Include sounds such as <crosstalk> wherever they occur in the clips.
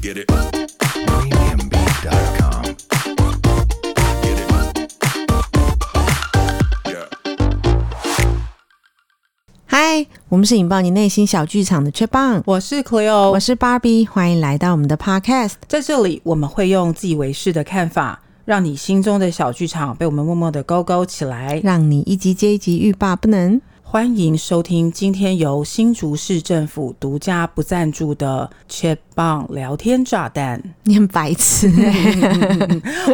Get it. Premiumbeat.com. Get it. Yeah. 嗨，我们是引爆你内心小剧场的缺棒，我是我 Cleo，是芭比，欢迎来到我们的 Podcast。在这里我们会用自以为是的看法，让你心中的小剧场被我们默默的勾勾起来。让你一集接一集欲罢不能。欢迎收听今天由新竹市政府独家不赞助的 Chat 棒聊天 <laughs> 炸弹。你很白 <laughs> 痴、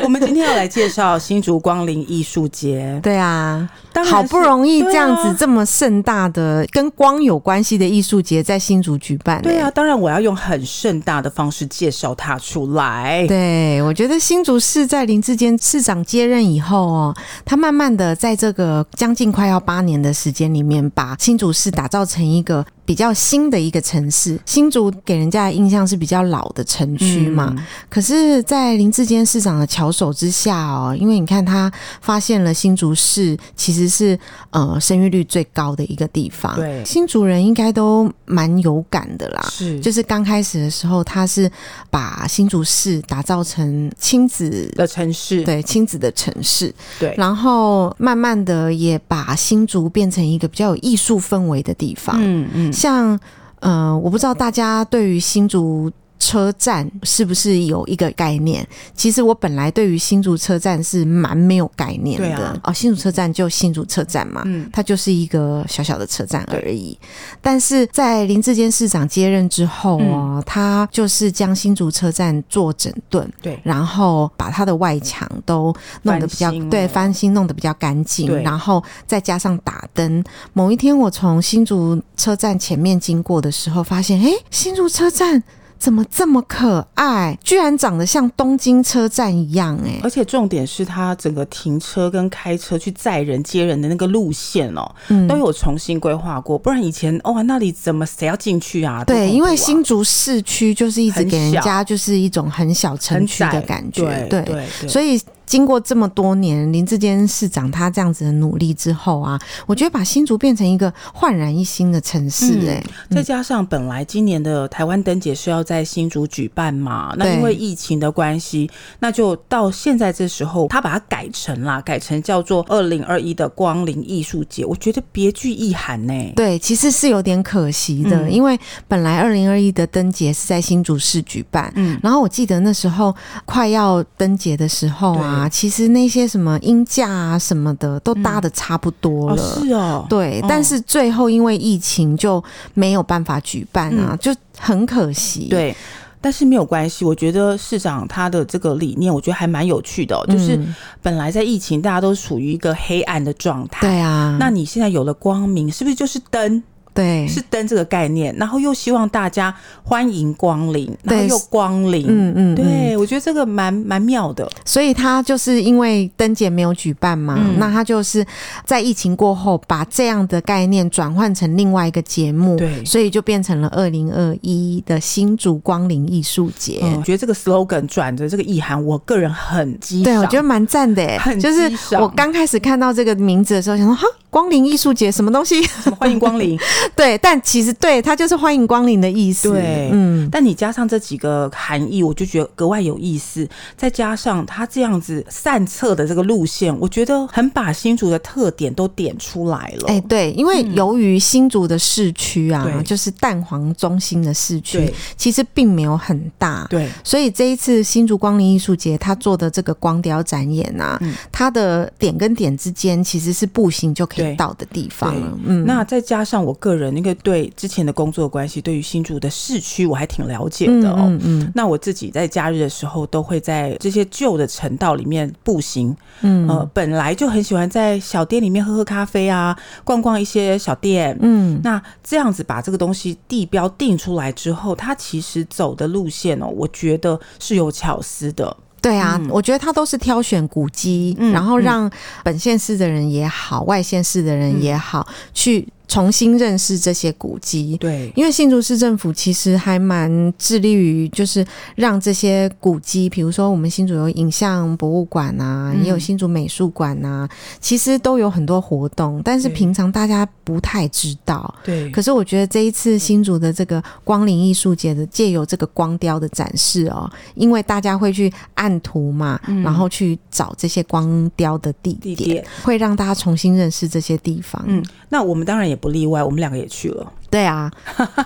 我们今天要来介绍新竹光临艺术节，对啊，当然是好不容易这样对子啊这么盛大的跟光有关系的艺术节在新竹举办、对欸啊，当然我要用很盛大的方式介绍它出来。对，我觉得新竹市在林志坚市长接任以后哦，他慢慢的在这个将近快要八年的时间里面，把新竹市打造成一个比较新的一个城市。新竹给人家的印象是比较老的城区嘛，可是，在林志坚市长的巧手之下哦，因为你看他发现了新竹市其实是呃生育率最高的一个地方，对新竹人应该都蛮有感的啦，是啊就是刚开始的时候，他是把新竹市打造成亲子的城市，对亲子的城市，对然后慢慢的也把新竹变成一个比较有艺术氛围的地方。嗯嗯，像呃，我不知道大家对于新竹。车站是不是有一个概念？其实我本来对于新竹车站是蛮没有概念对的啊哦，新竹车站就新竹车站嘛，嗯它就是一个小小的车站而已。但是在林志坚市长接任之后嗯哦，他就是将新竹车站做整顿，对然后把它的外墙都弄得比较翻新了对翻新，弄得比较干净，对然后再加上打灯。某一天我从新竹车站前面经过的时候，发现诶，新竹车站。怎么这么可爱？居然长得像东京车站一样诶。而且重点是它整个停车跟开车去载人接人的那个路线哦，嗯都有重新规划过，不然以前哇那里怎么谁要进去啊？多对，恐怖啊因为新竹市区就是一直很给人小家就是一种很小城很区的窄感觉，对对对，所以经过这么多年，林志坚市长他这样子的努力之后啊，我觉得把新竹变成一个焕然一新的城市、嗯欸，哎、再加上本来今年的台湾灯节是要在新竹举办嘛，那对因为疫情的关系，那就到现在这时候，他把它改成啦，改成叫做二零二一的光临艺术节，我觉得别具意涵呢、对，其实是有点可惜的，嗯因为本来二零二一的灯节是在新竹市举办，嗯，然后我记得那时候快要灯节的时候啊，对其实那些什么音架啊什么的都搭的差不多哦了，是哦，对，哦但是最后因为疫情就没有办法举办啊，就很可惜。，嗯对。但是没有关系，我觉得市长他的这个理念，我觉得还蛮有趣的哦、就是嗯本来在疫情大家都处于一个黑暗的状态，对啊，那你现在有了光明，是不是就是灯？对是灯这个概念，然后又希望大家欢迎光临，然后对又光临，嗯嗯，嗯，对我觉得这个蛮蛮妙的，所以他就是因为灯节没有举办嘛，嗯那他就是在疫情过后把这样的概念转换成另外一个节目，对所以就变成了二零二一的新竹光临艺术节。嗯，我觉得这个 slogan 转的这个意涵，我个人很激对，赏，我觉得蛮赞的欸，很就是激赏我刚开始看到这个名字的时候，想说哈，光临艺术节什么东西？ <laughs> 什 <laughs> 么欢迎光临，对，但其实对它就是欢迎光临的意思。对嗯，但你加上这几个含义，我就觉得格外有意思。再加上他这样子散策的这个路线，我觉得很把新竹的特点都点出来了。哎、对，因为由于新竹的市区啊，哦嗯对就是蛋黄中心的市区对，其实并没有很大。对，所以这一次新竹光临艺术节，他做的这个光雕展演啊，嗯它的点跟点之间其实是步行就可以对到的地方了对。嗯，那再加上我个人那个对之前的工作关系，对于新竹的市区我还挺了解的哦。嗯嗯那我自己在假日的时候，都会在这些旧的城道里面步行。嗯呃，本来就很喜欢在小店里面喝喝咖啡啊，逛逛一些小店。嗯那这样子把这个东西地标定出来之后，它其实走的路线哦，我觉得是有巧思的。对啊，嗯我觉得他都是挑选古迹，嗯嗯然后让本县市的人也好，外县市的人也好，去重新认识这些古迹。对，因为新竹市政府其实还蛮致力于，就是让这些古迹，比如说我们新竹有影像博物馆啊，嗯也有新竹美术馆啊，其实都有很多活动，但是对平常大家不太知道。对，可是我觉得这一次新竹的这个光临艺术节的借由这个光雕的展示哦，因为大家会去按图嘛，然后去找这些光雕的地嗯地点，点会让大家重新认识这些地方。嗯，那我们当然也不例外，我们两个也去了，对 <laughs> 啊，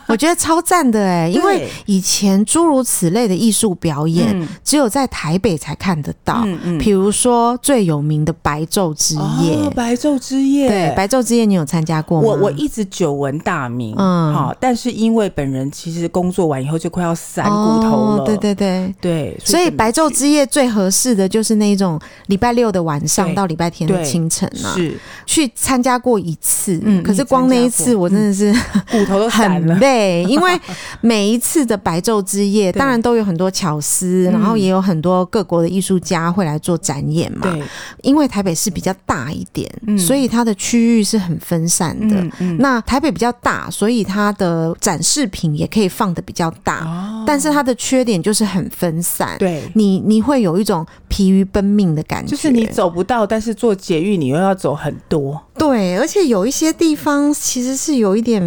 我觉得超赞的哎，因为对以前诸如此类的艺术表演，嗯只有在台北才看得到。嗯嗯比如说最有名的白昼之夜，哦，白昼之夜，对，白昼之夜你有参加过吗？我我一直久闻大名，嗯好，但是因为本人其实工作完以后就快要散骨头哦，了，对对对。对，所以就没白昼去之夜最合适的就是那种礼拜六的晚上对到礼拜天的对清晨啊，是去参加过一次，嗯可是光那一次我真的是骨头都散嗯了很，累，因为每一次的白昼之夜，对当然都有很多巧思，嗯然后也有很多各国的艺术家会来做展演嘛。对，因为台北市比较大一点，嗯所以它的区域是很分散的。嗯嗯，那台北比较大，所以它的展示品也可以放的比较大，哦但是它的缺点就是很分散。对，你你会有一种疲于奔命的感觉，就是你走不到，但是做捷运你又要走很多对，而且有一些地方其实是有一点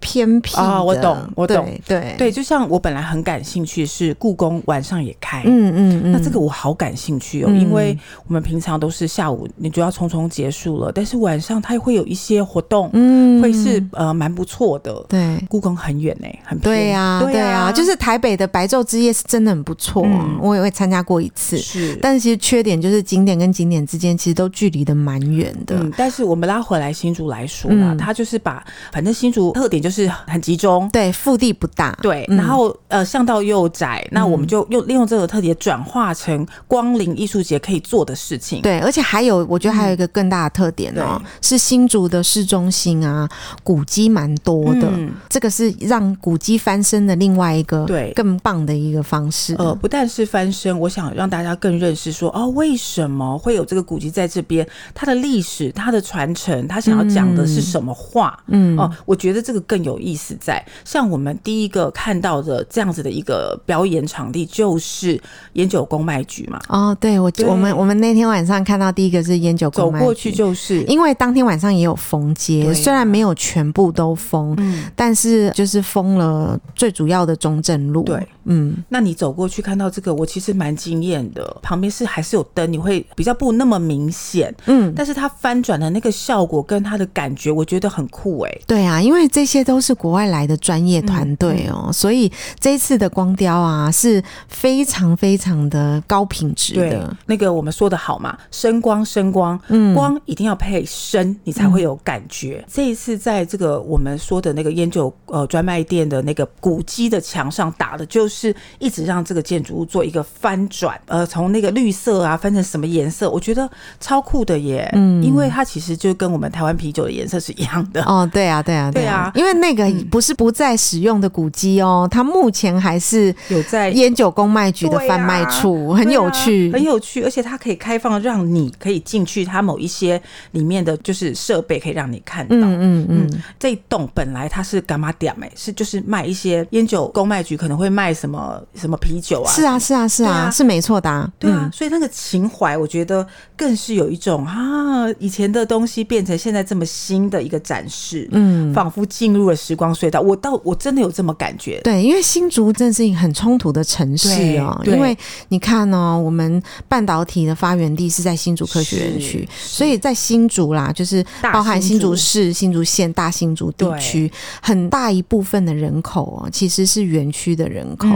偏僻的。啊我懂我懂对对对，就像我本来很感兴趣是故宫晚上也开，嗯嗯嗯，那这个我好感兴趣哦，嗯因为我们平常都是下午你就要匆匆结束了，但是晚上它会有一些活动，嗯会是呃蛮不错的。对。故宫很远呢、很偏对呀、对对呀、就是台北的白昼之夜是真的很不错、嗯我也会参加过一次，是，但是其实缺点就是景点跟景点之间其实都距离的蛮远的、嗯，但是我们拉回来新竹来说啦，嗯它就是把反正新竹特点就是很集中。对，腹地不大，对，嗯然后呃，巷道又窄，那我们就又利用这个特点转化成光临艺术节可以做的事情。对，而且还有，我觉得还有一个更大的特点哦，嗯对是新竹的市中心啊，古迹蛮多的、嗯这个是让古迹翻身的另外一个对更棒的一个方式。呃，不但是翻身，我想让大家更认识说，哦，为什么会有这个古迹在这边？它的历史、它的传承，它想要讲的是什么话？嗯哦、我觉得这个更有意思在。像我们第一个看到的这样子的一个表演场地，就是烟酒公卖局嘛，哦，对我对我们我们那天晚上看到第一个是烟酒走公卖过局去就是，因为当天晚上也有封街，对虽然没有全部都封，嗯，但是就是封了最主要的中正路。对，嗯，那你走过去看到这个，我其实蛮惊艳的。旁边是还是有灯，你会比较不那么明显，嗯，但是它翻转的那个效果跟它的感觉，我觉得很酷哎、对啊，因为这些都是国外来的专业团嗯队哦，所以这一次的光雕啊是非常非常的高品质对的。，那个我们说的好嘛，声光声光，嗯光一定要配声，你才会有感觉。这一次在这个我们说的那个烟酒呃专卖店的那个古迹的墙上打的，就是一直让这个建筑物做一个翻转，呃，从那个绿色啊翻成什么颜色，我觉得超酷的耶。嗯因为它其实就跟我们台湾啤酒的颜色是一样的。哦，对啊，对啊，对啊因为那个不是不再使用的古迹哦，它目前还是有在烟酒公卖局的对啊贩卖处，很对有啊趣。很有趣，而且它可以开放让你可以进去它某一些里面的就是设备，可以让你看到。嗯嗯嗯，这一栋本来它是干嘛店哎，是就是卖一些烟酒公卖局可能会卖什么什么啤酒啊，是啊，是啊，是对啊，啊是没错的啊。对啊，嗯所以那个情怀，我觉得更是有一种啊，以前的东西变成现在这么新的一个展示，嗯仿佛进入了时光隧道。我到我真的有这么感觉，对，因为新竹真的是一个很冲突的城市哦，对对因为你看哦，我们半导体的发源地是在新竹科学园区，是所以在新竹啦，就是大包含新新竹竹市、新竹县、大新竹地对区，很大一部分的人口哦，其实是园区的人口，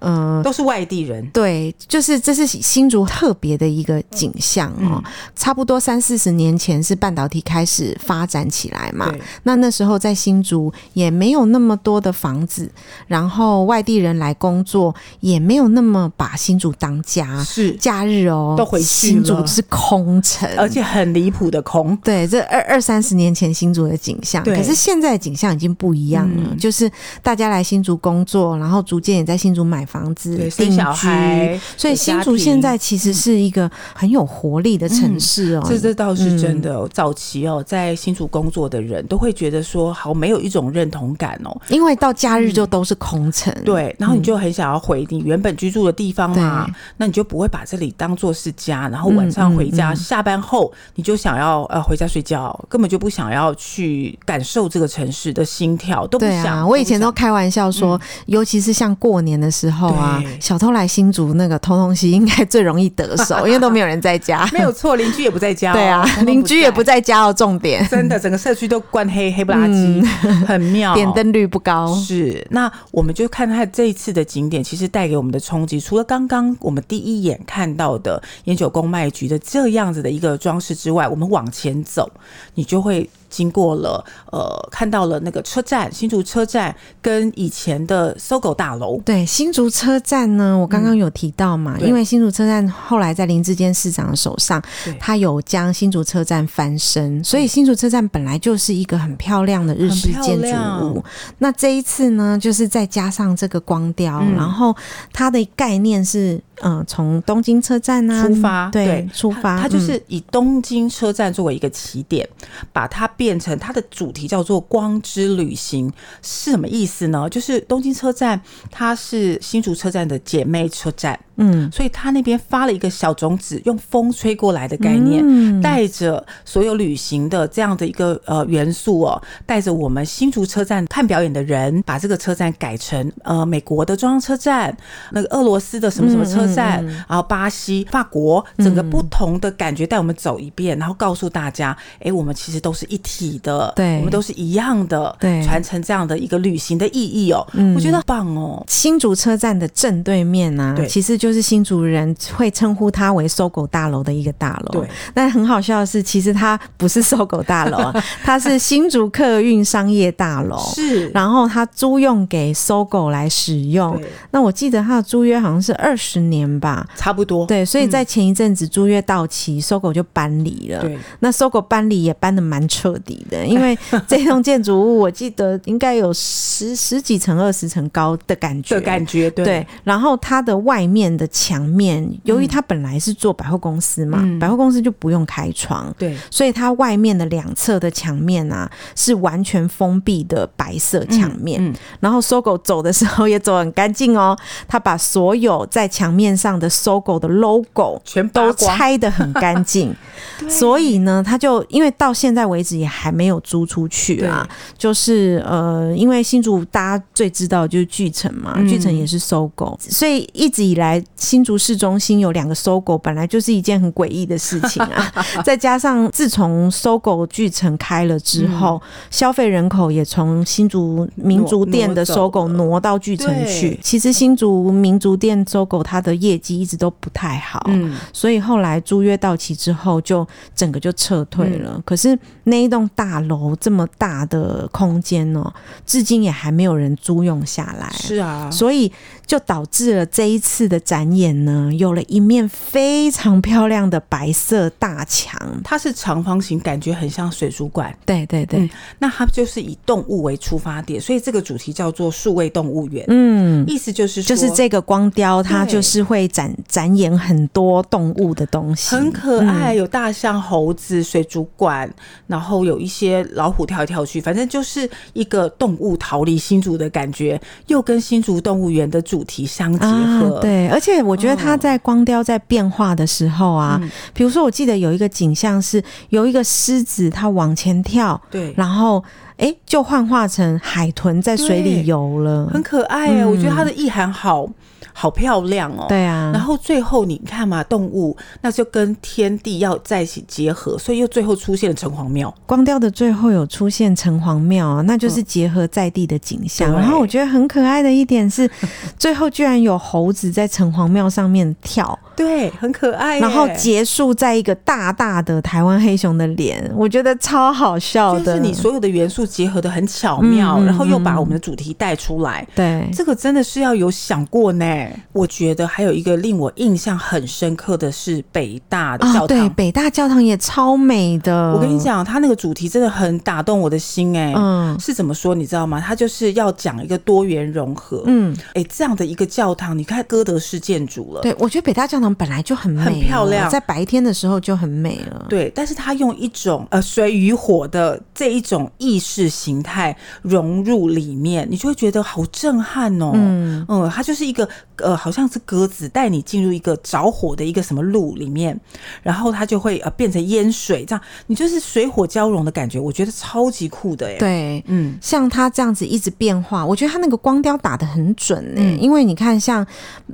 嗯，嗯、都是外地人，对，就是这是新竹特别的一个景象嗯哦，差不多三四十年前是半导体开始发展起来嘛，对那那时候在新竹屋，也没有那么多的房子，然后外地人来工作，也没有那么把新竹当家。是，假日哦，都回去新竹了是空城，而且很离谱的空。对，这二二三十年前新竹的景象，对嗯可是现在的景象已经不一样了。就是大家来新竹工作，然后逐渐也在新竹买房子、对，定生居小孩，所以有家新竹现庭在其实是一个很有活力的城市哦。这这倒嗯是真的、哦。早期哦，在新竹工作的人都会觉得说，好没有一种认同感哦。因为到假日就都是空城。。对，嗯然后你就很想要回你原本居住的地方啦，那你就不会把这里当做是家，然后嗯晚上回家、下班后你就想要呃回家睡觉，根本就不想要去感受这个城市的心跳，都不对想。嗯啊，我以前都开玩笑说，尤其是像过年的时候啊，对小偷来新竹那个偷东西应该最容易得 <laughs> 手，因为都没有人在家。没有错，邻居也不在家、哦，对啊通，通邻居也不在，在家哦。重点， <laughs> 真的整个社区都灌黑黑不拉几，嗯很 <laughs> 妙，点灯率不高。是，那我们就看它这一次的景点，其实带给我们的冲击，除了刚刚我们第一眼看到的烟酒公卖局的这样子的一个装饰之外，我们往前走，你就会经过了呃，看到了那个车站，新竹车站跟以前的搜狗大楼，对新竹车站呢，我刚刚有提到嘛，嗯对因为新竹车站后来在林志坚市长的手上对，他有将新竹车站翻身，所以新竹车站本来就是一个很漂亮的日式建很筑漂亮物。那这一次呢，就是再加上这个光雕，嗯然后它的概念是，嗯、从东京车站啊出发对，对出发，它它就嗯是以东京车站作为一个起点，把它变成它的主题叫做“光之旅行”，是什么意思呢？就是东京车站它是新竹车站的姐妹车站，嗯所以它那边发了一个小种子，用风吹过来的概念。嗯带着所有旅行的这样的一个呃元素哦，带着我们新竹车站看表演的人，把这个车站改成呃美国的中央车站，那个俄罗斯的什么什么车嗯站，然后巴西、法国，整个不同的感觉带我们走一遍，然后告诉大家，哎，我们其实都是一体的，对我们都是一样的，对嗯传承这样的一个旅行的意义哦，我觉得棒哦，新竹车站的正对面啊，对其实就是新竹人会称呼它为搜狗大楼的一个大楼。对，但很好笑的是，其实它不是搜狗大楼 <laughs> 啊，它是新竹客运商业大楼。是，然后它租用给搜狗来使用对，那我记得它的租约好像是二十年吧，差不多，对，所以在前一阵子租约到期，搜狗就搬离了。嗯对，那搜狗搬离也搬的蛮彻底的，因 <laughs> 为这栋建筑物我记得应该有十十几层、二十层高的感觉，的感觉，对。嗯对，然后它的外面的墙面，由于它本来是做百货公司嘛，百货公司就不用开窗，对所以它外面的两侧的墙面啊是完全封闭的白色墙面。嗯嗯然后搜狗走的时候也走很干净哦，它把所有在墙面上的搜狗的 logo 全都扒光拆得很干 <laughs> 净，所以呢，它就因为到现在为止也还没有租出去啊，就是呃，因为新竹大家最知道的就是巨城嘛，嗯巨城也是搜狗，所以一直以来新竹市中心有两个搜狗，本来就是一件很诡异的事情 <laughs> 啊。再加上自从搜狗巨城开了之后，嗯消费人口也从新竹民族店的搜狗挪挪到巨城去对。其实新竹民族店搜狗它的业绩一直都不太好，嗯，所以后来租约到期之后，就整个就撤退嗯了。可是那一栋大楼这么大的空间呢、至今也还没有人租用下来。是啊，哎所以就导致了这一次的展演呢，有了一面非常漂亮的白色大墙。它是长方形，感觉很像水族馆。对对对嗯，那它就是以动物为出发点，所以这个主题叫做数位动物园，嗯，意思就是说就是这个光雕，它对就是会展展演很多动物的东西，很可爱，有大象、猴子、水族馆，然后有一些老虎跳来跳去，反正就是一个动物逃离新竹的感觉，又跟新竹动物园的主题相结合。哦啊。对，而且我觉得它在光雕在变化的时候啊，嗯比如说我记得有一个景象是有一个狮子它往前跳，对。然后哎、诶就幻化成海豚在水里游了。嗯很可爱哎、我觉得它的意涵好好漂亮哦。对啊然后最后你看嘛，动物那就跟天地要在一起结合，所以又最后出现了城隍庙。光雕的最后有出现城隍庙啊，那就是结合在地的景象。嗯对然后我觉得很可爱的一点 <laughs> 是，最后居然有猴子在城隍庙上面跳，对，很可爱耶。然后结束在一个大大的台湾黑熊的脸，我觉得超好笑就的。是你所有的元素结合的很巧妙，嗯嗯然后又把我们的主题带出来。对，这个真的是要有想过呢。嗯我觉得还有一个令我印象很深刻的是北大的哦，教堂。对，北大教堂也超美的。我跟你，讲，他那个主题真的很打动我的心哎、嗯是怎么说你知道吗？他就是要讲一个多元融合。哎、嗯，这样的一个教堂，你看哥德式建筑了，对，我觉得北大教堂本来就很美了，很漂亮在白天的时候就很美了。对，但是他用一种呃水与火的这一种意识形态融入里面，你就会觉得好震撼哦。嗯嗯，它就是一个呃，好像是鸽子带你进入一个着火的一个什么路里面，然后它就会呃变成烟水，这样你就是水火交融的感觉，我觉得超级酷的哎。，对，嗯，像它这样子一直变化，我觉得它那个光雕打得很准呢、嗯因为你看，像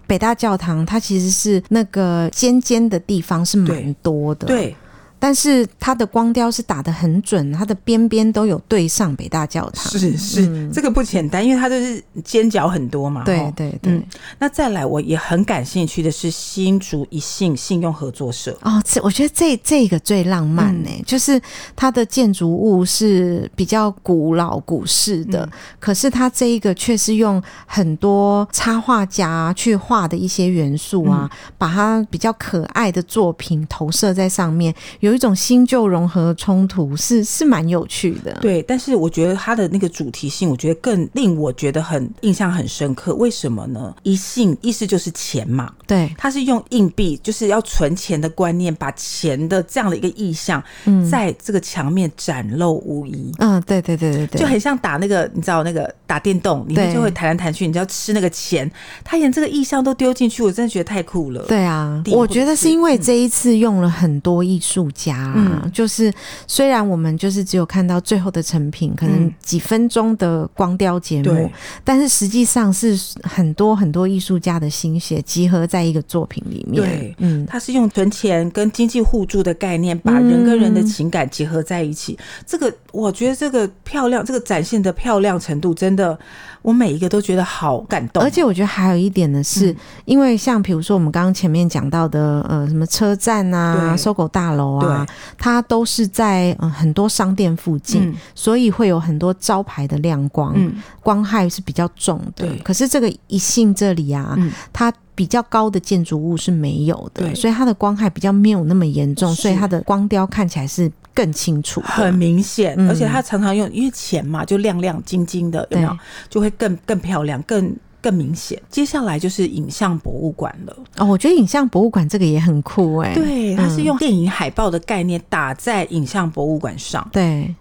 北大教堂，它其实是那个尖尖的地方是蛮多的，，对，但是它的光雕是打得很准，它的边边都有对上北大教堂，是啊是，这个不简单，因为它就是尖角很多嘛。对齁对对。嗯那再来，我也很感兴趣的是新竹一信信用合作社。哦，这我觉得这这个最浪漫嗯呢、就是它的建筑物是比较古老古式的，嗯可是它这一个却是用很多插画家去画的一些元素啊，嗯把它比较可爱的作品投射在上面，有一种新旧融合冲突，是是蛮有趣的。对，但是我觉得它的那个主题性，我觉得更令我觉得很印象很深刻。为什么呢？一信意思就是钱嘛，对它是用硬币，就是要存钱的观念，把钱的这样的一个意象，在这个墙面展露无遗。嗯，对对对对对，就很像打那个，你知道那个打电动，里面对就会弹来弹去，你就要吃那个钱。他连这个意象都丢进去，我真的觉得太酷了。对啊，地我或者觉得是嗯是因为这一次用了很多艺术家、啊，就是虽然我们就是只有看到最后的成品，可能嗯几分钟的光雕节目，对但是实际上是很多很多艺术家的心血集合在一个作品里面。对嗯，它是用存钱跟经济互助的概念，把人嗯跟人的情感结合在一起。这个我觉得这个漂亮，这个展现的漂亮程度，真的，我每一个都觉得好感动。而且我觉得还有一点呢，嗯是、因为像比如说我们刚刚前面讲到的，呃，什么车站啊、对搜狗大楼对，啊，它都是在、呃、很多商店附近，嗯所以会有很多招牌的亮光。嗯光害是比较重的对。可是这个一信这里啊，嗯它比较高的建筑物是没有的，对所以它的光害比较没有那么严重，是所以它的光雕看起来是更清楚的。很明显，嗯而且它常常用，因为钱嘛，就亮亮晶晶的，有没有对？就会更更漂亮，更更明显。接下来就是影像博物馆了。哦，我觉得影像博物馆这个也很酷哎、对，它是嗯用电影海报的概念打在影像博物馆上，对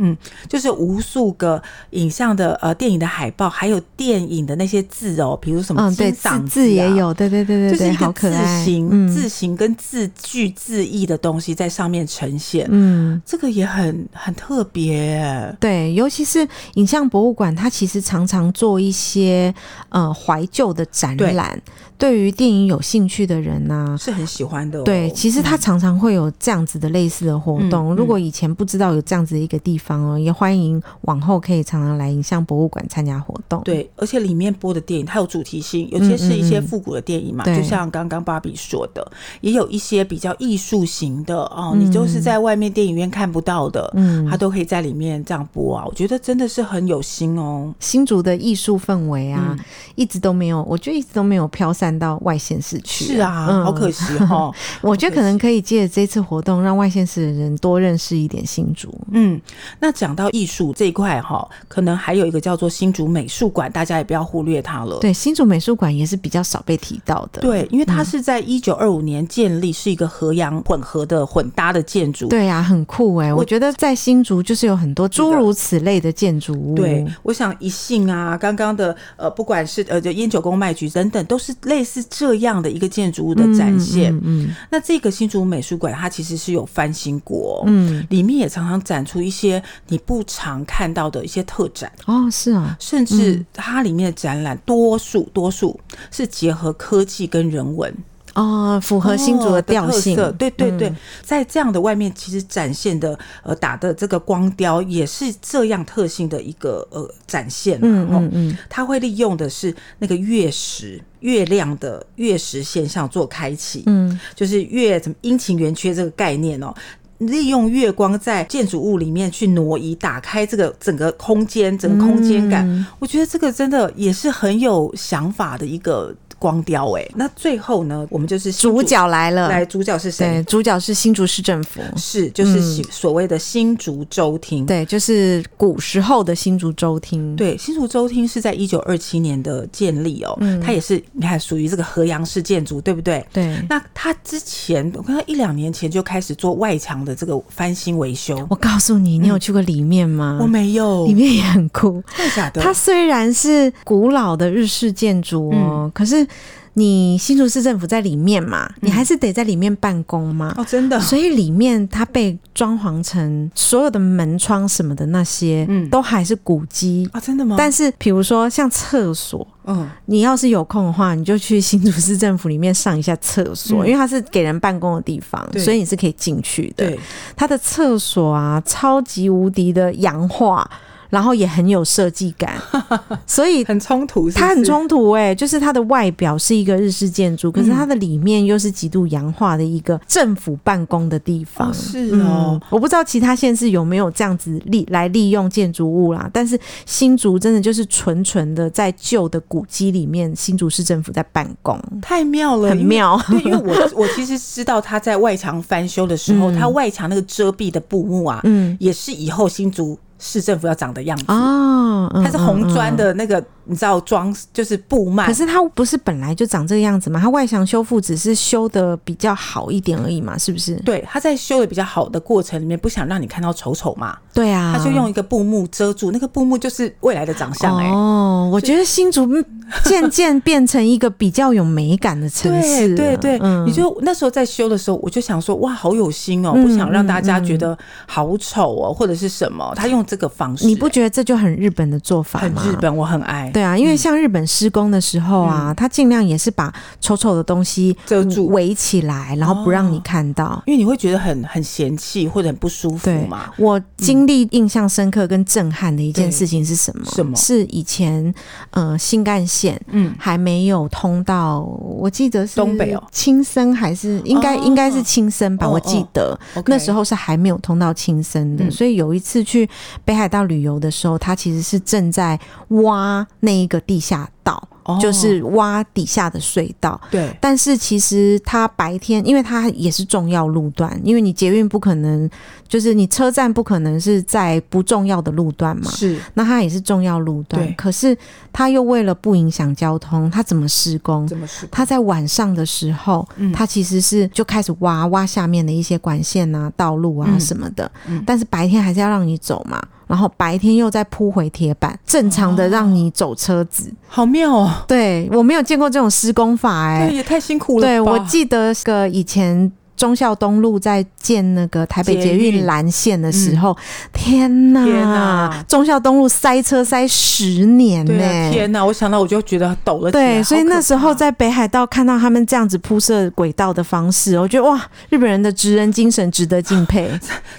就是无数个影像的呃电影的海报，还有电影的那些字哦，比如什么嗯，对，金字嗓啊字也，有，对对对就对对，是一好个可字爱。形、嗯字形跟字句、字义的东西在上面呈现，嗯。这个也很很特别。对，尤其是影像博物馆，它其实常常做一些呃怀旧的展对览。对于电影有兴趣的人啊呢、是很喜欢的、哦，对，其实它常常会有这样子的类似的活动。嗯嗯如果以前不知道有这样子的一个地方哦，也欢迎往后可以常常来影像博物馆参加活动。对，而且里面播的电影它有主题性，有些是一些嗯嗯嗯复古的电影嘛，对就像刚刚芭比说的，也有一些比较艺术型的哦，嗯你就是在外面电影院看不到的，嗯它都可以在里面这样播啊。我觉得真的是很有心哦。新竹的艺术氛围啊，嗯一直都没有，我觉得一直都没有飘散到外县市去。是啊，好可惜。惜 <laughs> 哦。我觉得可能可以借着这次活动，让外县市的人多认识一点新竹。嗯，那讲到艺术这一块哈、可能还有一个叫做新竹美术馆，大家也不要忽略它了。对，新竹美术馆也是比较少被提到的。对，因为它是嗯在一九二五年建立，是一个河洋混合的混搭的建筑。对啊，很酷哎、我觉得在新竹就是有很多诸如此类的建筑物。对，我想一信啊，刚刚的呃，不管是呃的烟酒公卖局等等，都是类似这样的一个建筑物的展现。嗯那这个新竹美术馆，它其实是有翻新过、哦嗯里面也常常展出一些你不常看到的一些特展。嗯哦，是啊，甚至它里面的展览，多数多数是结合科技跟人文哦，符合新竹哦的调性，嗯特色对对对，在这样的外面，其实展现的呃打的这个光雕也是这样特性的一个呃展现啦。嗯哦嗯嗯，它会利用的是那个月食、月亮的月食现象做开启，嗯，就是月怎么阴晴圆缺这个概念哦。利用月光在建筑物里面去挪移，打开这个整个空间，整个空间感，嗯我觉得这个真的也是很有想法的一个光雕哎、那最后呢，我们就是新主角来了，来，主角是对，谁？主角是新竹市政府，是就是新所谓的新竹州厅。嗯对，就是古时候的新竹州厅，对，新竹州厅是在一九二七年的建立哦，嗯它也是你看属于这个河阳式建筑，对不对？对。那它之前，我看到一两年前就开始做外墙的这个翻新维修，我告诉你，你有去过里面吗？我没有里，面也很酷。真的假的？它虽然是古老的日式建筑哦，嗯可是你新竹市政府在里面嘛，你还是得在里面办公嘛。哦，真的，所以里面它被装潢成所有的门窗什么的那些，嗯都还是古迹。啊，真的吗？但是，比如说像厕所，嗯，你要是有空的话，你就去新竹市政府里面上一下厕所，嗯因为它是给人办公的地方，对所以你是可以进去的。对，它的厕所啊，超级无敌的洋化，然后也很有设计感， <laughs> 所以很冲突是不是，它很冲突哎、就是它的外表是一个日式建筑，嗯可是它的里面又是极度洋化的一个政府办公的地方。哦是哦嗯，我不知道其他县市有没有这样子利来利用建筑物啦，但是新竹真的就是纯纯的在旧的古迹里面，新竹市政府在办公，太妙了，很因为妙。 <laughs> 对，因为我我其实知道他在外墙翻修的时候，嗯他外墙那个遮蔽的布幕啊，嗯，也是以后新竹市政府要长的样子。哦，嗯啊它是红嗯砖。嗯的那个，你知道装就是布幔，可是它不是本来就长这个样子吗？它外墙修复只是修的比较好一点而已嘛，是不是？对他在修的比较好的过程里面，不想让你看到丑丑嘛，对啊，他就用一个布幕遮住，那个布幕就是未来的长相哎、哦，我觉得新竹嗯渐渐变成一个比较有美感的城市对了，对对，嗯你就那时候在修的时候，我就想说，哇，好有心哦，嗯不想让大家觉得好丑哦，或者是什么。他用这个方式，你不哎觉得这就很日本的做法很吗？日。本，我嗯很爱。对啊，因为像日本施工的时候啊，它尽量也是把丑丑的东西遮住围起来，然后不让你看到。因为你会觉得很很嫌弃或者很不舒服对嘛。我经历印象深刻跟震撼的一件事情是什么？对嗯什么是以前呃新干线嗯，还没有通到，我记得是东北哦青森还是应该、哦应该是青森吧？哦我记得、那时候候是还没有通到青森的，嗯所以有一次去北海道旅游的时候，他其实是正在挖那一个地下道，哦就是挖底下的隧道。对但是其实它白天，因为它也是重要路段，因为你捷运不可能，就是你车站不可能是在不重要的路段嘛。是那它也是重要路段对，可是它又为了不影响交通，它怎么施工？怎么是它在晚上的时候，嗯它其实是就开始挖挖下面的一些管线啊、道路啊嗯什么的，嗯但是白天还是要让你走嘛。然后白天又再铺回铁板，正常啊的让你走车子。好妙哦，对我没有见过这种施工法哎、对，也太辛苦了吧。对，我记得个以前忠孝东路在建那个台北捷捷运运蓝线的时候，天哪！天哪忠孝东路塞车塞十年呢、对啊，天哪！我想到我就觉得抖了起来。对，所以好可那时候在北海道看到他们这样子铺设轨道的方式，我觉得哇，日本人的职人精神值得敬 <laughs> 佩。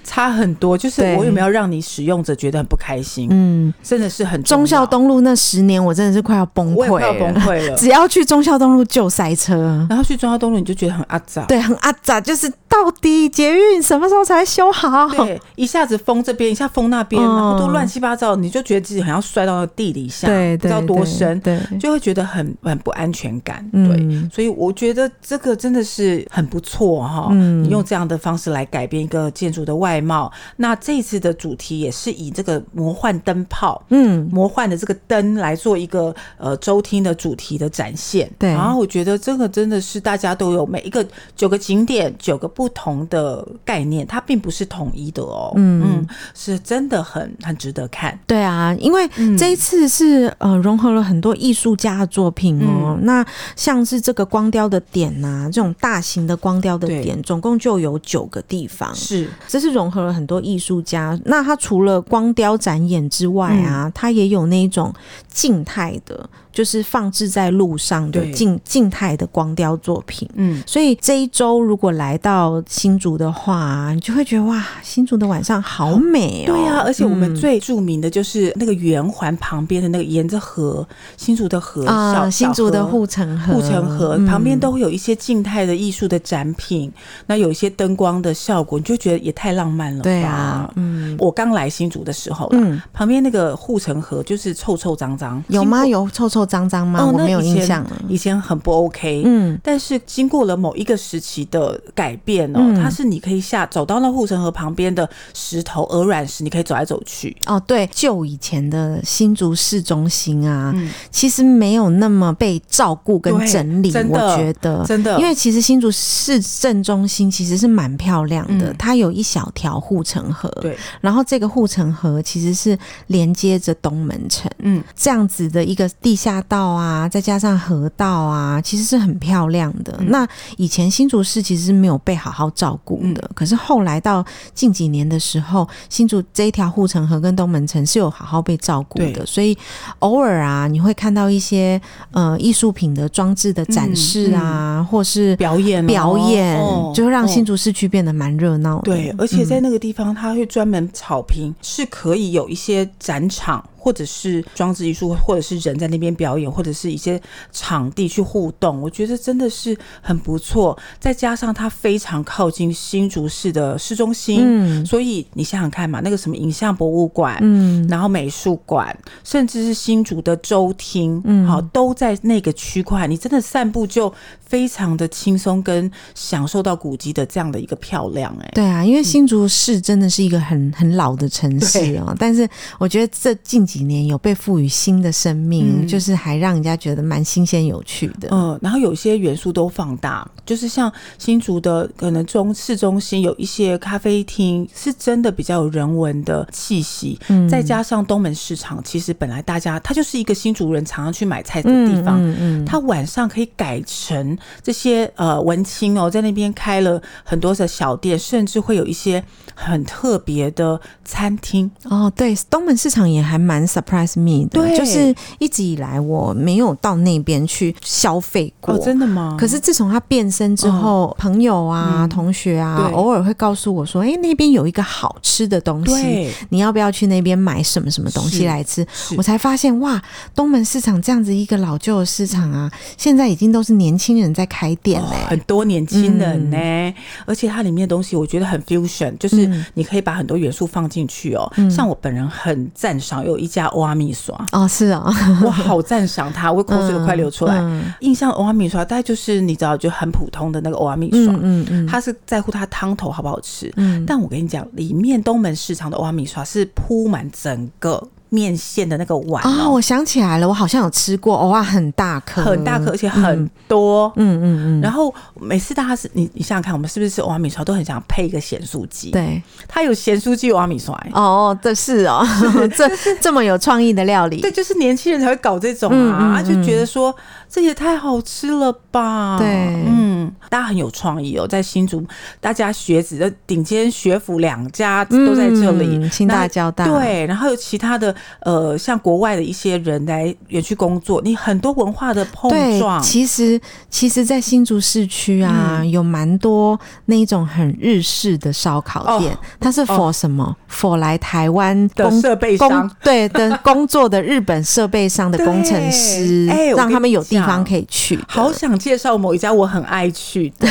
差很多，就是对我有没有让你使用者觉得很不开心？嗯，真的是很重要忠孝东路那十年，我真的是快要崩我也溃快要崩了。溃 <laughs> 了。只要去忠孝东路就塞车，然后去中央东路，你就觉得很阿杂。对，很阿杂，就是到底捷运什么时候才修好？对，一下子封这边，一下封那嗯边，然后都乱七八糟，你就觉得自己好像摔到地底 <laughs> 下，对，不知道对多对深，对，就会觉得很很不安全感。对，嗯，所以我觉得这个真的是很不错哈、嗯你用这样的方式来改变一个建筑的外貌，那这一次的主题也是以这个魔幻灯泡。嗯，魔幻的这个灯来做一个呃周厅的主题的展现，对然后我觉得这个真的是大家都有每一个九个景点九个不同的概念，它并不是统一的哦。嗯嗯，是真的很很值得看。对啊，因为嗯这一次是、呃融合了很多艺术家的作品哦。嗯那像是这个光雕的点呐、这种大型的光雕的对点，总共就有九个地方。是，这是融合了很多艺术家。那它除了光雕展演之外啊，嗯它也有那种静态的，就是放置在路上的对静静态的光雕作品。嗯，所以这一周如果来到新竹的话啊，你就会觉得哇，新竹的晚上好美哦。对啊，而且我们嗯最著名的就是那个圆环旁边的那个沿着河，新竹的河，啊、小新竹的小河护城河，护城河嗯旁边都会有一些静态的艺术的展品，那有一些灯光的效果，你就觉得也太浪漫了。对啊，，嗯我刚来新竹的时候啦，嗯，旁边那个护城河就是臭臭脏脏，有经吗？过？有臭臭脏脏吗？哦，我那没有以印前象了。以前很不 OK，嗯，但是经过了某一个时期的改变哦，嗯它是你可以下走到那护城河旁边的石头鹅卵石，你可以走来走去。哦，对，旧以前的新竹市中心啊，嗯其实没有那么被照顾跟对整理，真我的觉得。真的，呃因为其实新竹市政中心其实是蛮漂亮的，嗯它有一小条护城河，对，然后这个护城河其实是连接着东门城嗯，这样子的一个地下道啊，再加上河道啊，其实是很漂亮的。嗯那以前新竹市其实是没有被好好照顾的，嗯可是后来到近几年的时候，新竹这一条护城河跟东门城是有好好被照顾的，对所以偶尔啊，你会看到一些呃艺术品的装置的展示啊，或是嗯表演哦表演，哦就会让哦新竹嗯市区变得蛮热闹的。对，而且在那个地方，它会专门草坪是可以有一些展场，或者是装置艺术，或者是人在那边表演，或者是一些场地去互动。我觉得真的是很不错。再加上它非常靠近新竹市的市中心，嗯所以你想想看嘛，那个什么影像博物馆，嗯，然后美术馆，甚至是新竹的州厅，嗯好，都在那个区块。你真的散步就非常的轻松，跟享受到古迹的这样的一个漂亮、哎，对啊，因为新竹市真的是一个很很老的城市哦，但是我觉得这近几年有被赋予新的生命，嗯就是还让人家觉得蛮新鲜有趣的。嗯，然后有一些元素都放大，就是像新竹的可能中市中心有一些咖啡厅，是真的比较有人文的气息。嗯再加上东门市场，其实本来大家它就是一个新竹人常常去买菜的嗯地方，嗯嗯它晚上可以改成这些呃文青哦，在那边开了很多的小店，甚至会有一些很特别的餐厅。哦，对，东门市场也还蛮 surprise me 的，对就是一直以来我没有到那边去消费过。哦，真的吗？可是自从它变身之后，朋友啊、嗯同学啊，对偶尔会告诉我说：“哎、那边有一个好吃的东西，对，你要不要去那边买什么什么东西是来吃？”是我才发现哇，东门市场这样子一个老旧的市场啊，现在已经都是年轻人在开店嘞、哦很多年轻嗯人呢、而且它里面的东西我觉得很 fusion，就是嗯你可以把很多元素放进去哦。像我本人很赞赏有一家欧阿米 <laughs> 刷，哦，是哦，我好赞赏它，我口水都快流出来。嗯印象欧阿米刷大概就是你知道就很普通的那个欧阿米刷，嗯嗯嗯，它是在乎它汤头好不好吃。嗯但我跟你讲，里面东门市场的欧阿米刷是铺满整个面线的那个碗啊、哦，我想起来了，我好像有吃过，哇，很大颗，很大颗，而且很嗯多。嗯嗯嗯，然后每次大家是你你想想看，我们是不是欧阿米刷都很想配一个咸酥鸡？，对，它有咸酥鸡有欧阿米刷、欸。哦，这是 <laughs> 哦，这这么有创意的料理，对，就是年轻人才会搞这种嗯嗯啊，啊就嗯觉得说这也太好吃了吧。对嗯，大家很有创意哦，在新竹，大家学子的顶尖学府两家嗯，都在这里，清那大交大，，对，然后有其他的呃，像国外的一些人来园区工作，你很多文化的碰对，撞，其实其实，在新竹市区啊，嗯有蛮多那一种很日式的烧烤店，哦它是 for 什么、for 来台湾的工设备工商。对的工作的日本设备上的工程师，对哎我让他跟们你有地讲方可以去的。好想介绍某一家我很爱去 <laughs> 的，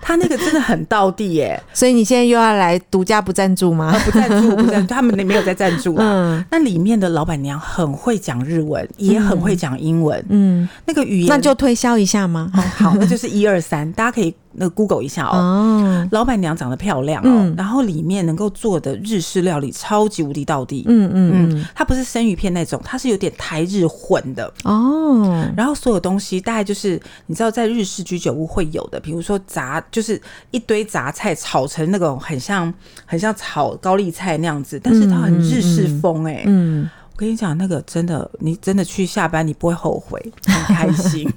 他那个真的很到地耶、呃所以你现在又要来独家不赞助吗？不 <laughs> 赞助不赞助，他们那没有在赞助啦。嗯那里面的老板娘很会讲日文，也很会讲英文，嗯，那个语言那就推销一下吗？哦好，那就是一二三，大家可以那个 Google 一下哦，哦，老板娘长得漂亮哦，嗯然后里面能够做的日式料理超级无敌到底。嗯嗯嗯，它不是生鱼片那种，它是有点台日混的。嗯，哦，然后所有东西大概就是你知道，在日式居酒屋会有的，比如说杂，就是一堆杂菜炒成那种很像很像炒高丽菜那样子，但是它很日式风哎、嗯，我跟你讲，那个真的，你真的去下班你不会后悔，很开 <laughs> 心。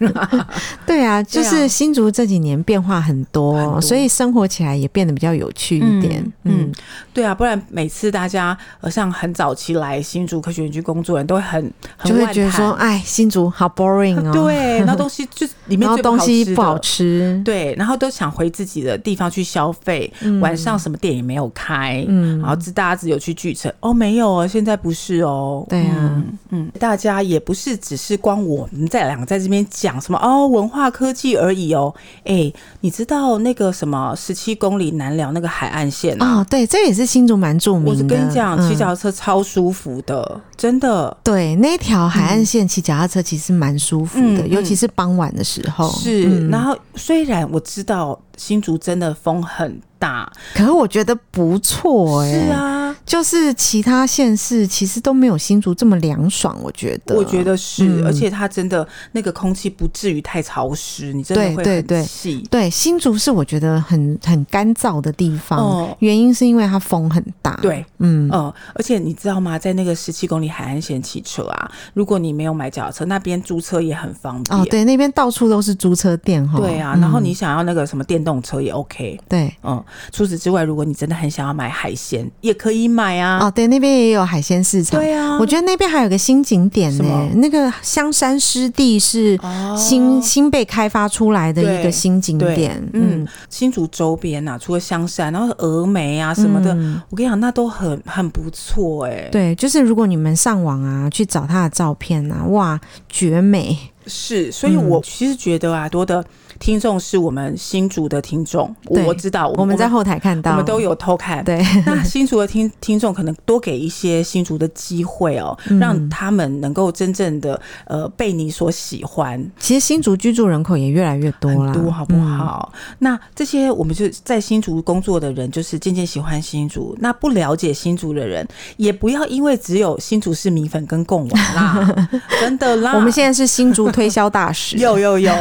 对啊，就对啊是新竹这几年变化很多，很多所以生活起来也变得比较有趣一点。嗯，嗯，对啊，不然每次大家呃像很早期来新竹科学园区工作的人都会很嗯很就会万觉得说，谈哎，新竹好 boring 哦，， <laughs> 对，然后东西就是里面然后最东西吃不好的吃，对，然后都想回自己的地方去消费，晚上什么店也没有开，嗯然后只大家只有去巨城，哦，没有哦，现在不是哦，对啊嗯，嗯大家也不是只是光我们在两个在这边讲什么哦文化科技而已哦，哎，你知道那个什么十七公里南寮那个海岸线啊？哦，对，这也是新竹蛮著名的。我是跟你讲，骑嗯脚踏车超舒服的，真的对那条海岸线骑脚踏车其实蛮舒服的，嗯嗯尤其是傍晚的时候。是。嗯然后虽然我知道新竹真的风很大，可是我觉得不错哎、是，啊，就是其他县市其实都没有新竹这么凉爽，我觉得。我觉得是，嗯而且它真的那个空气不至于太潮湿，你真的对会对很对气。对新竹是我觉得很很干燥的地方，哦原因是因为它风很大。，对，嗯，嗯，而且你知道吗？在那个十七公里海岸线骑车啊，如果你没有买脚踏车，那边租车也很方便。哦，对，那边到处都是租车店哈。对啊，嗯然后你想要那个什么电动车也 OK。对。嗯，除此之外，如果你真的很想要买海鲜，也可以买啊。哦，对，那边也有海鲜市场。对啊，我觉得那边还有个新景点什呢、么那个香山湿地是哦新、新被开发出来的一个对新景对点，嗯嗯，新竹周边呐、啊，除了香山，然后峨眉啊什么的，嗯我跟你讲，那都很很不错哎、对，就是如果你们上网啊去找他的照片啊，哇，绝美，是，所嗯以我其实觉得啊，多的听众是我们新竹的听众，我对我知道我们在后台哦看我到，们都有偷 <laughs> 看。对， <laughs> 那新竹的听听众可能多给一些新竹的机会哦，嗯让他们能够真正的呃被你所喜欢，其实新竹居住人口也越来越多很啦，多好不嗯？好？那这些我们就在新竹工作的人，就是渐渐喜欢新竹。那不了解新竹的人，也不要因为只有新竹是米粉跟贡 <laughs> 丸啦，真的啦。嗯我们现在是新竹推销大使， <laughs> 有有有，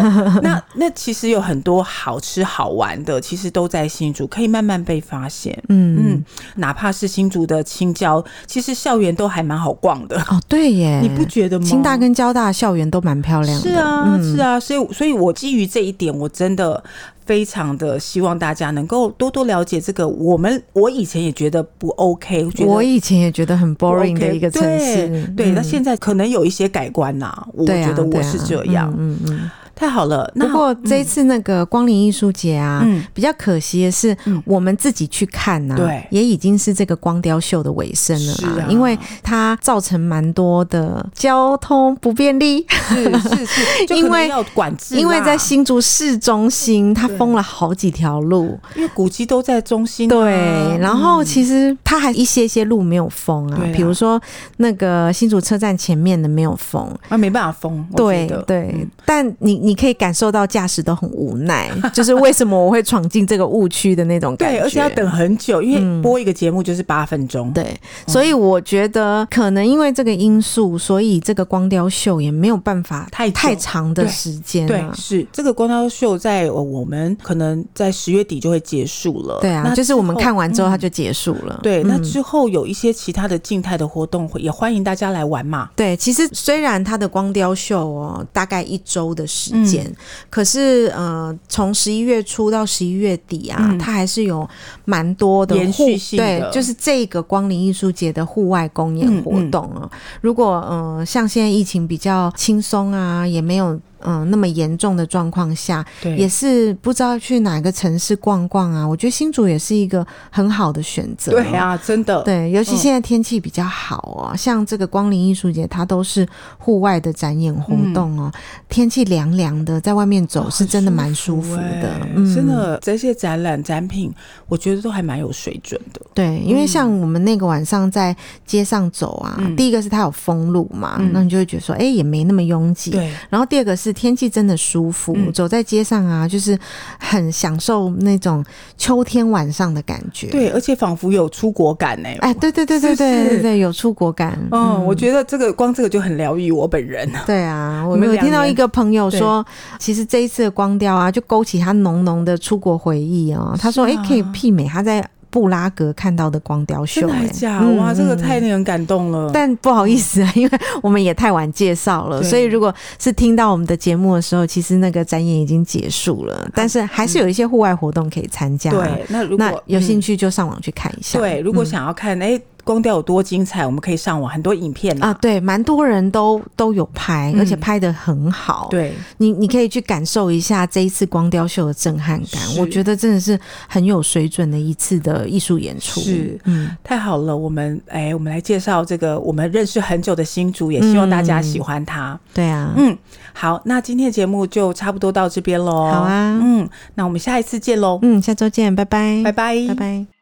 那那其实有很多好吃好玩的，其实都在新竹，可以慢慢被发现。嗯嗯，哪怕是新竹的青椒，其实校园都还蛮好逛的，哦，对耶，你不觉得吗？清大跟交大校园都蛮漂亮的，嗯是啊，是啊，所以所以，我基于这一点，我真的非常的希望大家能够多多了解这个。我们我以前也觉得不 OK，觉得我以前也觉得很不 boring OK，的一个城市，对，对那、嗯现在可能有一些改观呐、我对啊觉得我是对啊这样，嗯嗯嗯。太好了。那不过这一次那个光临艺术节啊，嗯。比较可惜的是嗯，我们自己去看呐、对也已经是这个光雕秀的尾声了是啦，啊因为它造成蛮多的交通不便利，是是是，就因可能为要管制啦，因为在新竹市中心，它对封了好几条路，因为古迹都在中心啊、对，然后嗯其实它还一些些路没有封啊对，啊比如说那个新竹车站前面的没有封，啊没办法封，我对觉得对，嗯但你你可以感受到驾驶都很无奈， <laughs> 就是为什么我会闯进这个误区的那种感觉。对，而且要等很久，因为播一个节目就是八分钟，对，嗯所以我觉得可能因为这个因素，所以这个光雕秀也没有办法太久太长的时间、对啊。是这个光雕秀在呃我们可能在十月底就会结束了，对啊，那就是我们之后看完之后它嗯就结束了。对，那嗯之后有一些其他的静态的活动，会也欢迎大家来玩嘛。对，其实虽然它的光雕秀哦，大概一周的时间，嗯可是呃，从十一月初到十一月底啊，嗯它还是有蛮多的延户续性的对，就是这个光临艺术节的户外公演活动嗯啊。如果呃，像现在疫情比较轻松啊，也没有嗯、呃那么严重的状况下，对也是不知道去哪个城市逛逛啊。我觉得新竹也是一个很好的选择、对。啊，真的，对，尤其嗯现在天气比较好哦，像这个光临艺术节，它都是户外的展演活嗯动哦，天气凉凉的，在外面哦走是真的蛮舒服的，欸嗯，真。的这些展览展品，我觉得都还蛮有水准的。对，因为像我们那个晚上在街上走啊，嗯第一个是它有封路嘛，嗯那你就会觉得说，哎、也没那么拥挤。对，嗯然后第二个是天气真的舒服，走在街上啊，就是很享受那种秋天晚上的感觉。，对，而且仿佛有出国感呢、哎，对对对对是对不是对对，有出国感。嗯，我觉得这个光这个就很疗愈我本人。对啊，我你们有两听到年一个朋友说，其实这一次的光雕啊，就勾起他浓浓的出国回忆哦。他说，哎、是啊可以媲美他在布拉格看到的光雕秀、真的还哎假？嗯哇，这个嗯太令人感动了。但不好意思啊，因为我们也太晚介绍了，对所以如果是听到我们的节目的时候，其实那个展演已经结束了，但是还是有一些户外活动可以参加。啊对，那如那果有兴趣。趣就上网去看一下。对，如嗯果想要看，哎、光雕有多精彩，我们可以上网很多影片啊，啊。对，蛮多人都都有拍，嗯而且拍的很好。，对，你你可以去感受一下这一次光雕秀的震撼感，是我觉得真的是很有水准的一次的艺术演出。是嗯，太好了，我们哎、我们来介绍这个我们认识很久的新竹，也希望大家喜欢他。对啊，嗯好，那今天的节目就差不多到这边喽。好啊嗯，那我们下一次见喽，嗯，下周见，拜拜，嗯拜拜，拜拜。